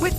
With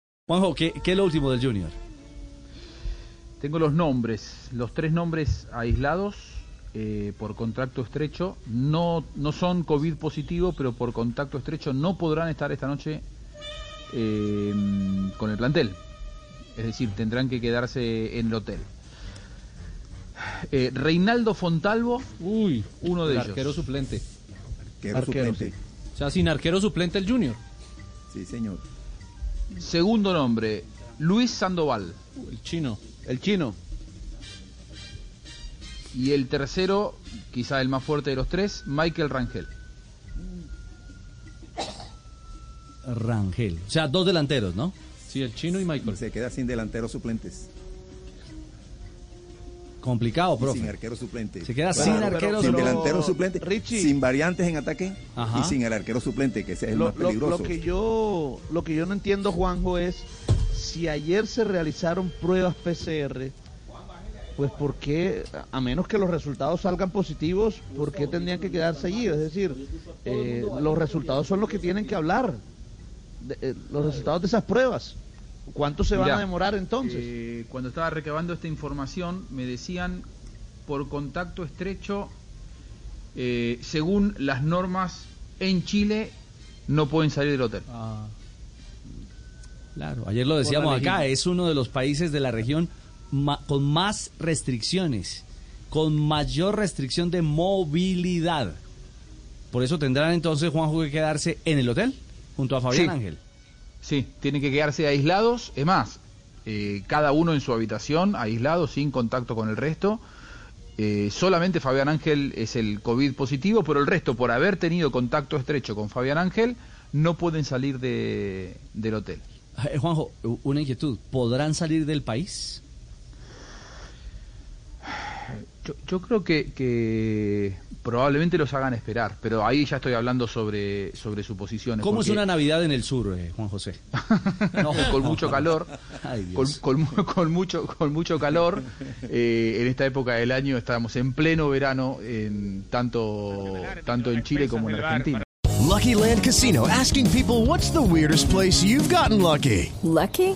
Juanjo, ¿qué, qué es lo último del Junior? Tengo los nombres, los tres nombres aislados eh, por contacto estrecho. No, no son COVID positivo, pero por contacto estrecho no podrán estar esta noche eh, con el plantel. Es decir, tendrán que quedarse en el hotel. Eh, Reinaldo Fontalvo, Uy, uno de el ellos. Arquero suplente. Arquero Arquero, suplente. O sea, sin arquero suplente el Junior. Sí, señor. Segundo nombre, Luis Sandoval, El chino. el chino. Y el tercero, quizá el más fuerte de los tres, Michael Rangel. Rangel. O sea, dos delanteros, ¿no? Sí, el chino y Michael. Se queda sin delanteros suplentes. Complicado, y sin profe. arquero suplente. Se queda sin arquero sin solo- delantero suplente. Richie. Sin variantes en ataque. Ajá. Y sin el arquero suplente, que ese es el Lo, más lo- peligroso. lo que yo, lo que yo no entiendo, Juanjo, es si ayer se realizaron pruebas PCR, pues por qué, a menos que los resultados salgan positivos, ¿por qué tendrían que quedarse allí? Es decir, eh, los resultados son los que tienen que hablar, de- eh, los resultados de esas pruebas. ¿Cuánto se van Mirá, a demorar entonces? eh, cuando estaba recabando esta información, me decían por contacto estrecho, eh, según las normas en Chile, no pueden salir del hotel. Ah. Claro, ayer lo decíamos la acá, legión. es uno de los países de la región ma- con más restricciones, con mayor restricción de movilidad. Por eso tendrán entonces Juanjo que quedarse en el hotel junto a Fabián Sí. Ángel. Sí, tienen que quedarse aislados, es más, eh, cada uno en su habitación, aislado, sin contacto con el resto. Eh, solamente Fabián Ángel es el COVID positivo, pero el resto, por haber tenido contacto estrecho con Fabián Ángel, no pueden salir de- del hotel. Eh, Juanjo, u- una inquietud, ¿podrán salir del país? Yo, yo creo que, que probablemente los hagan esperar, pero ahí ya estoy hablando sobre, sobre suposiciones. ¿Cómo es porque una Navidad en el sur, eh, Juan José? con mucho calor, Ay, Dios. con, con mu- con mucho, con mucho calor, eh, en esta época del año estamos en pleno verano, en tanto, tanto en Chile como en Argentina. Lucky Land Casino asking people what's the weirdest place you've gotten lucky? Lucky?